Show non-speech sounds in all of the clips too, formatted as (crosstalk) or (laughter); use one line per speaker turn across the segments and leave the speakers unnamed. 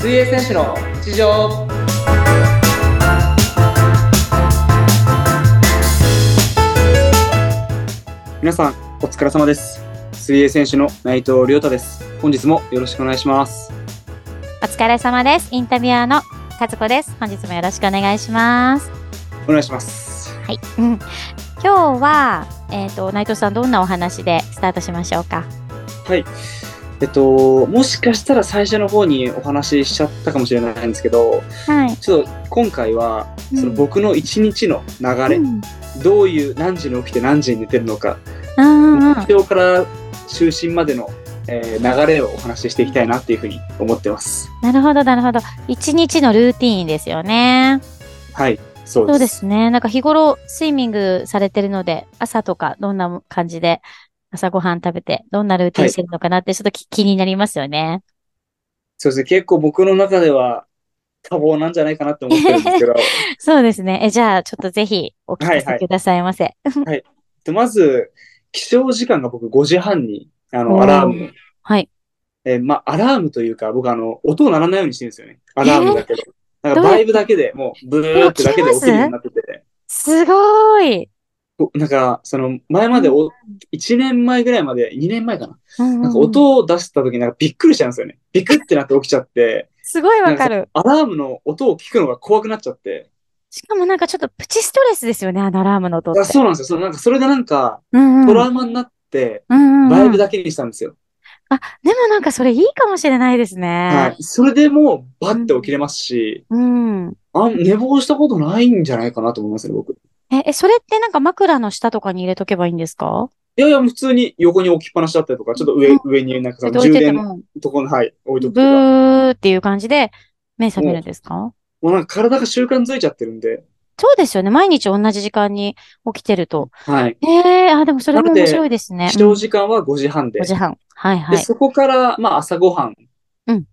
選手の日常
皆さんお疲れ様です水泳選手の内藤亮太です本日もよろしくお願いします
お疲れ様です。インタビュアーの和子です。本日もよろしくお願いします。
お願いします
はい。うん今日は、えっ、と、内藤さん、どんなお話でスタートしましょうか。
はいえっともしかしたら最初の方にお話ししちゃったかもしれないんですけど
はい。
ちょっと今回は
うん
その僕の一日の流れ、
うん
どういう何時に起きて何時に寝てるのか、
うんうん
目標から就寝までの、えー流れをお話ししていきたいなっていうふうに思ってます
なるほど、なるほど。一日のルーティーンですよね。
はいそうです
そうですね。なんか日頃、スイミングされてるので、朝とかどんな感じで、朝ごはん食べて、どんなルーティンしてるのかなって、ちょっとき気になりますよね。
そうですね結構僕の中では多忙なんじゃないかなって思ってるんです
(laughs)
けど
そうですね。え、じゃあ、ちょっとぜひ、お聞か
はいは
せ
い
くださいませ。
で、まず、起床時間が僕5時半に、あ
お
の、
ー
アラーム。
はい。
えーまあ、アラームというか、僕、あの、音を鳴らないようにしてるんですよね。アラームだけど。なんか、
どうや
バイブだけでもう、ブーってだけで起きるようになってて。
すごーい。
こなんか、その、前までお、1年前ぐらいまで、2年前かな。
な
なんか、音を出した時なんかびっくりしちゃうんですよね。ビクってなって起きちゃ
(laughs)
って、
すごいわかる。
アラームの音を聞くのが怖くなっちゃって。
しかもなんかちょっとプチストレスですよね、あのアラームの音って。
あそうなんですよ。そのなんか、それがなんか、
うんうん
トラウマになって、
うんうんうん
バイブだけにしたんですよ。
でもなんかそれいいかもしれないですね。
はい。それでもう、バッて起きれますし、
うん。
あん、寝坊したことないんじゃないかなと思いますね、僕。い
え、えそれってなんか枕の下とかに入れとけばいいんですか
やいや、普通に横に置きっぱなしだったりとか、ちょっと上、
うん
上になんかそ
それ
の
で置い
充
てて
電の
も、
ところに、はい、置いとくと
ブ
か。
ーっていう感じで目覚めるんですか
もうなんか体が習慣づいちゃってるんで、
そうですよね。毎日同じ時間に起きてると。
はい。
ええあ、でもそれも面白いですね。
起床時間は5時半で、
5時半。はいは
で、
い。
そこから、まあ朝ごはん
うん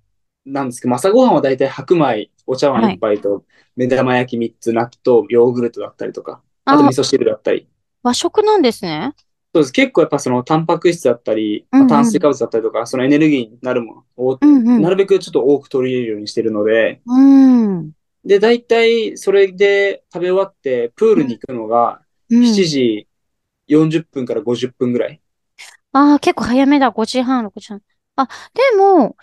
なんですけど、まあ朝ごはんは大体白米、お茶碗一杯と、目玉焼き3つ、納豆、ヨーグルトだったりとか、あと
あ
味、噌汁だったり。
和食なんですね。
そうです。結構やっぱそのタンパク質だったり、まあ
うんうん
炭水化物だったりとか、そのエネルギーになるものを
うんうん。
なるべくちょっと多く取り入れるようにしてるので、
うん。
で、大体それで食べ終わって、プールに行くのが
うん
7時40分から50分ぐらい。
ああ、結構早めだ。5時半、6時半。あ、でも、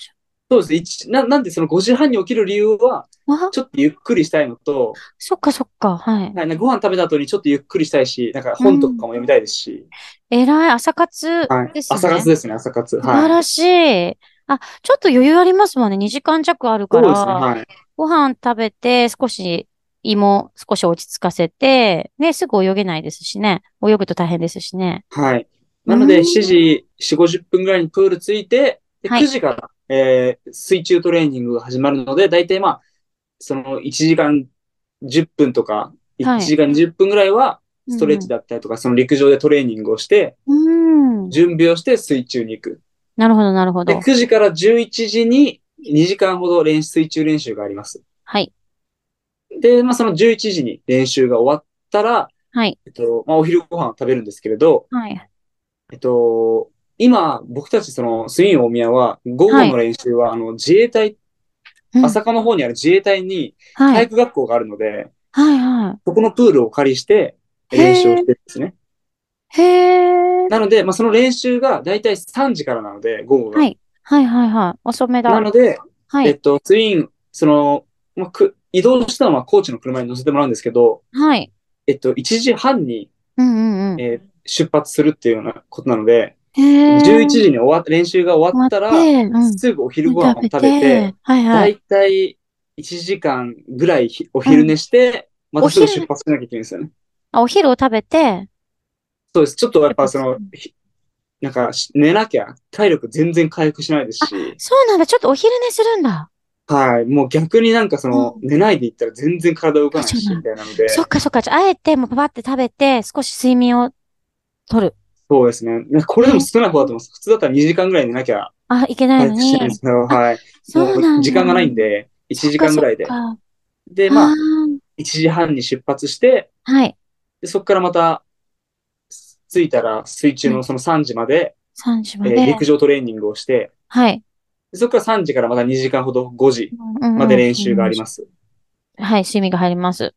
そうです一な。なんでその5時半に起きる理由は、
あ、
ちょっとゆっくりしたいのと、
そっかそっか。はい。
はい、なんかご飯食べた後にちょっとゆっくりしたいし、なんか本とかも読みたいですし、
えらい、朝活
はい
ですね。
朝活ですね、朝活。
素晴
はい。
らしい。あ、ちょっと余裕ありますもんね。2時間弱ある
そ
か
うですね、
ら、
はい。
ご飯食べて、少し胃も少し落ち着かせて、ね、すぐ泳げないですしね。泳ぐと大変ですしね。
はい。なので、
うん
7時4、50分ぐらいにプール着いて、で
はい
9時から、えー水中トレーニングが始まるので、大体まあ、その1時間10分とか、
は
1
い
時間20分ぐらいは、ストレッチ
だ。
だったりとか、その陸上でトレーニングをして、
うん。
準備をして水中に行く。
なるほど、なるほ
で、
ど。
9時から11時に2時間ほど練習、水中練習があります。
はい。
で、まあ、その11時に練習が終わったら、
はい。
えっと、まあ、お昼ご飯を食べるんですけれど、
はい。
えっと、今、僕たちその、スイン大宮は、午後の練習は、あの、自衛隊、
うん
朝霞の方にある自衛隊に
は
体
い。
育学校があるので、
はい、は
そこのプールを借りして
へー
練習をしてるんですね。
い。へえ。
なので、まあ、その練習がだいたい3時からなので、午後が。
はい。はい、はい、はい。遅めだ。
なので、
は
えっ
い。
と、スイン、その、まあ、く移動したのはコーチの車に乗せてもらうんですけど、
はい。
えっと、1時半に、
うんうんうん。
えー出発するっていうようなことなので、
へー
11時に終わっ練習が終わったら、
終わってうん
すぐお昼ご飯を食べて、、
はいは
だ
い。
いたい1時間ぐらいひお昼寝して、またすぐ
お昼
出発しなきゃいけないんですよね。
あお昼を食べて、
そうです。ちょっとやっぱその
出発、
ひなんかし寝なきゃ体力全然回復しないですし、
そうなんだ、ちょっとお昼寝するんだ。
はい。もう逆になんかその、
う
寝ないでいったら全然体動かないし、
そう
みたいなので、
そっかそっか、じゃああえてもうパパって食べて、少し睡眠を取る。
そうですね。なんかこれでも少ない方だと思います。普通だったら2時間ぐらい寝なきゃ
あ、いけな
回
いの
復しないん
に
で。すけど、はい。
そうなん
も
だ。
う時間がないんで、1時間ぐらいで
そ。っか
で、
そっか
まあ
あ、
1時半に出発して、
ーはい。
でそこからまた、着いたら水中のその3時まで、
3時ま
えー
で。
陸上トレーニングをして、
はい。
でそこから3時からまた2時間ほど5時
うんうん
まで練習があります。
はい、趣味が入ります。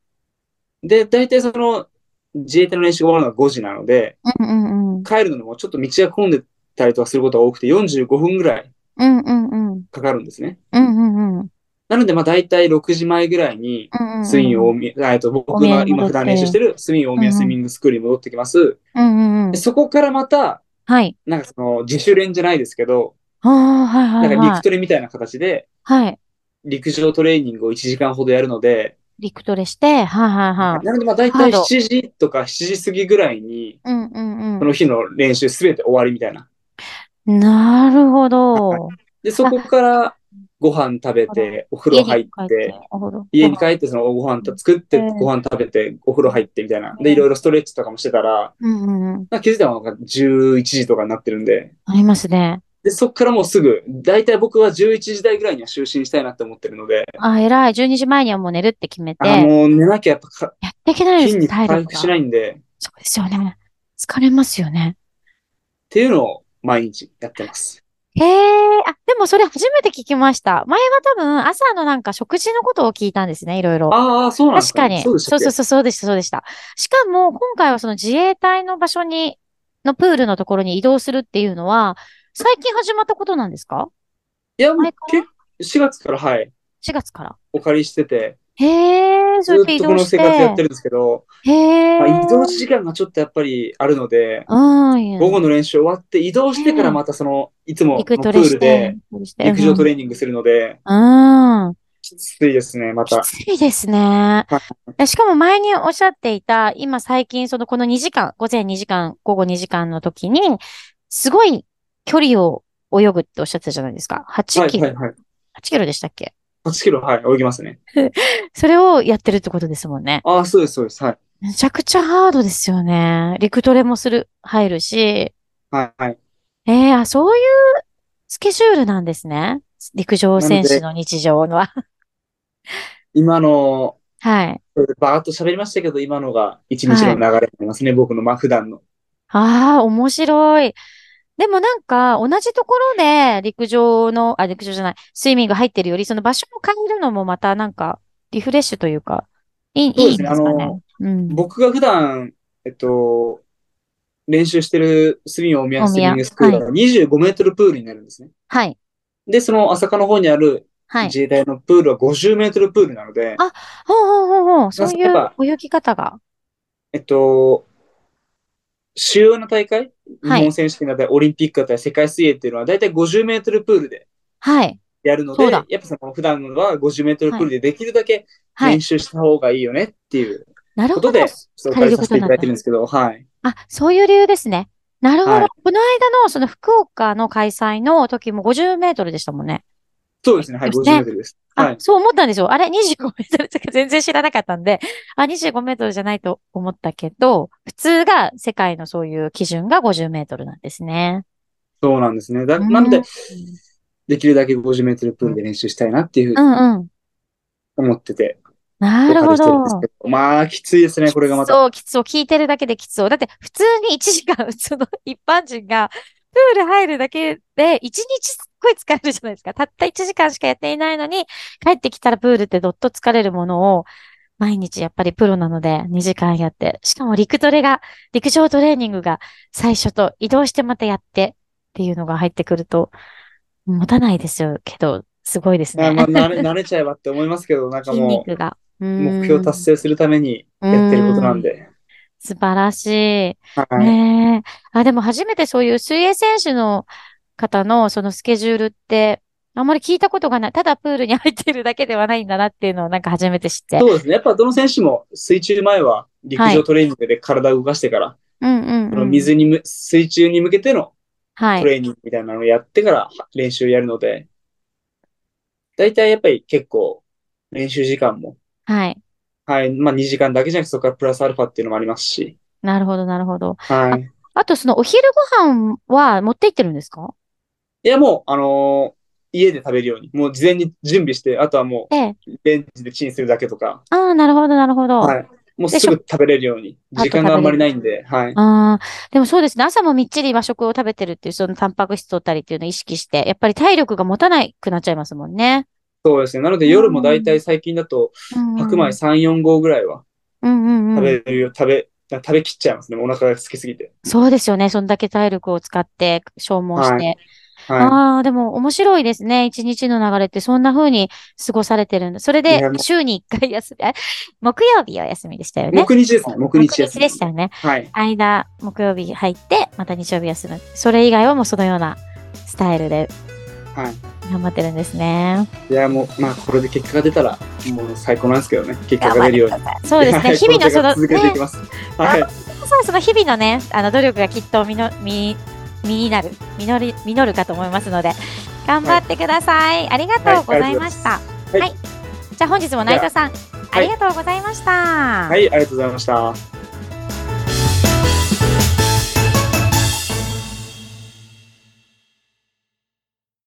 で、大体その、自衛隊の練習が終わるのが5時なので、
うんうんうん。
帰るのにもちょっと道が混んでたりとかすることが多くて45分ぐらい
うんうんうん。
かかるんですね。
うんうんうん。
なので、まあ大体6時前ぐらいに、
うんうん
スインを大宮、あえっと、僕
大宮
の
に
今
戻っ
普
て
段練習してるスイン大宮スイミングスクールに戻ってきます。
うんうんうん
で。そこからまた、
はい。
なんかその自主練じゃないですけど、
ああ、はい
な
は
ん
い
か
は
陸
い。
トレみたいな形で、
はい。
陸上トレーニングを1時間ほどやるので、
陸トレして、はいはいはい。
なのでまあ大体
ハード
7時とか7時過ぎぐらいに、
うんうん
その日の練習すべて終わりみたいな。
うん。なるほど。
で、そこからご飯食べて、お風呂入って、、
お風呂。
家に帰ってそのご飯作って、
うん
ご飯食べて、お風呂入ってみたいな。で、いろいろストレッチとかもしてたら、
うんうん
な
うん。
んか気づいたのが11時とかになってるんで、
ありますね。
で、そこからもうすぐ、大体僕は11時台ぐらいには就寝したいなって思ってるので、
あ、偉い。12時前にはもう寝るって決めて。
あ
や
もう寝なきゃやっぱか
っていけないです
筋
ね、
肉回
体力
復
が。
しないんで、っ
そうですよね。疲れますよね。
ていうのを毎日やってます。
へえ、あ、でもそれ初めて聞きました。前は多分朝のなんか食事のことを聞いたんですね、いろいろ。
ああ、そうなんです
確かに。
ね。
そう
そう
そう
で
そう
す。
そうでした、そうでした。しかも、今回はその自衛隊の場所に、のプールのところに移動するっていうのは、最近始まったことなんですか
いや、もう
前から
結4月からはい、
?4 月から。
お借りしてて、
へえ、
ず
そうやって
っ
移
とこ
動
の
して。
生活やってるんですけど、
へえ。
まあ移動時間がちょっとやっぱりあるので、
うん。
午後の練習終わって移動してからまたその、いつものプ
陸トレ
ー
し
ル
て
で、陸上ト
レ。
レーニングするので、
うん。
きついですね、ま
き
た。
ついですね。えしかも前におっしゃっていた、今最近そのこの2時間、午前2時間、午後2時間の時に、すごい距離を泳ぐっておっしゃってたじゃないですか。
は
8
い
キ
はい
ロ、
はい。
8キロでしたっけ
8キロ、はい、泳ぎますね。
それをやってるってことですもんね。
ああ、そうです、そうです。はい。
めちゃくちゃハードですよね。陸トレもする、入るし。
はい、はい。
えー、あ、そういうスケジュールなんですね。陸上選手の日常の (laughs) は。
今の、
はい。
バーッと喋りましたけど、今のが一日の流れになりますね、僕の、まあ、普段の。
ああ、面白い。でもなんか、同じところで陸上の、あ、陸上じゃない、スイミング入ってるより、その場所を変えるのもまたなんか、リフレッシュというか、いい、
そう
い
で
い
すね
んですか
あ
ね
の。
うん。
僕が普段、えっと、練習してるスミン大宮スイミングスクールは25メートルプールになるんですね。
はい、
で、その朝霞の方にある
はい。
自衛隊のプールは50メートルプールなので、
あほうほうほうほう、そうい
やっ
う泳ぎ方が。
えっと、主要な大会、日
はい
本選手権だったり、オリンピックだったり、世界水泳っていうのは大体50メートルプールで
はい、
やるの
そ
で、
うだ
やっぱその普段は50メートルプールでできるだけ
はい
練。習した方がいいよねっていう
なる
こ
ほ
と
ど。
で、紹介させていただいてるんですけど、はい。
あ、そういう理由ですね。なるほど。
はい
この間のその福岡の開催の時も50メートルでしたもんね。
そうですね、はい、
そ
50
うですね
メートルです。は
あ
い、。
そう思ったんですよ。あれ、25メートルとか全然知らなかったんで、あ、25メートルじゃないと思ったけど、普通が世界のそういう基準が50メートルなんですね。
そうなんですね。だ
うん
なんで、できるだけ50メートルプールで練習したいなっていうふ
う
うん
うん。
に思ってて、
なる
お借り
ほ
してんで
ど
すけ。ど。まあ、きついですね、これがまた。
そう、きつそう。聞いてるだけできつそう。だって、普通に1時間、普通の一般人が、プール入るだけで、1日すっごい疲れるじゃないですか。たった1時間しかやっていないのに、帰ってきたらプールってどっと疲れるものを、毎日やっぱりプロなので2時間やって、しかも陸トレが、陸上トレーニングが最初と移動してまたやってっていうのが入ってくると、持たないですよけど、すごいです
まあ
ね。
まあ、慣れ慣れちゃえばって思いますけ
(laughs)
ど、なんか
筋
も
肉が。
う、目標達成するためにやってることなんで。
うん。素晴らしい。
はい。
ねえ。あ、でも初めてそういう水泳選手の方のそのスケジュールって、あんまり聞いたことがない。ただプールに入ってるだけではないんだなっていうのをなんか初めて知って。
そうですね。やっぱどの選手も水中前は陸上トレーニングで体を動かしてから、
うんうん
そ
うん。
の水にむ、水中に向けての
は
ト
い。
レーニングみたいなのをやってからは練習やるので、大体やっぱり結構練習時間も、
はい。
はい、まあ2時間だけじゃなくてそこからプラスアルファっていうのもありますし、
なるほど、なるほど。
はい。
あと、そのお昼ご飯は持って行ってるんですか
いや、もう、あのー家で食べるように、もう事前に準備して、あとはも
ええ。
うレンジでチンするだけとか、
ああ、なるほど、なるほど。
はい。もうすぐ食べれるように。
パッと
時間があんまりないんで、はい。
ああ、でもそうですね。朝もみっちり和食を食べてるっていう、そのタンパク質取ったりっていうのを意識して、やっぱり体力が持たなくなっちゃいますもんね。
そうですね。なので夜も大体最近だと、
うん
白米3、4合ぐらいは
うんうんう
食
ん。
べるよ、食べ、食べきっちゃいますね。お腹が空きすぎて。
そうですよね。そんだけ体力を使って消耗して。
は
ああ、でも面白いですね。一日の流れってそんな風に過ごされてるんだ。それ
い
で
やもう
週に1回休み、あ木曜日は休みでしたよ
い。
ね。
木日ですね。木日休み
でしたよね。
はい。
間、木曜日入って、また日曜日休む。それ以外はもうそのようなスタイルで
はい。
頑張ってるんですね。
いや、もう、まあ、これで結果が出たら、もう最高なんですけどね。結果が出るように。
そうで
(laughs)
す
は
ね。
い
日々のその、
これから続けてい
ね
き、ます。はい。
そうその日々のね、あの努力がきっと実の実実になる、実り、実るかと思いますので、頑張ってください。ありがとうございました。
いありがとうございます
はい。じゃあ本日も内藤さ
は
ん、あ
い
りがとうございました。
はい、ありがとうございました。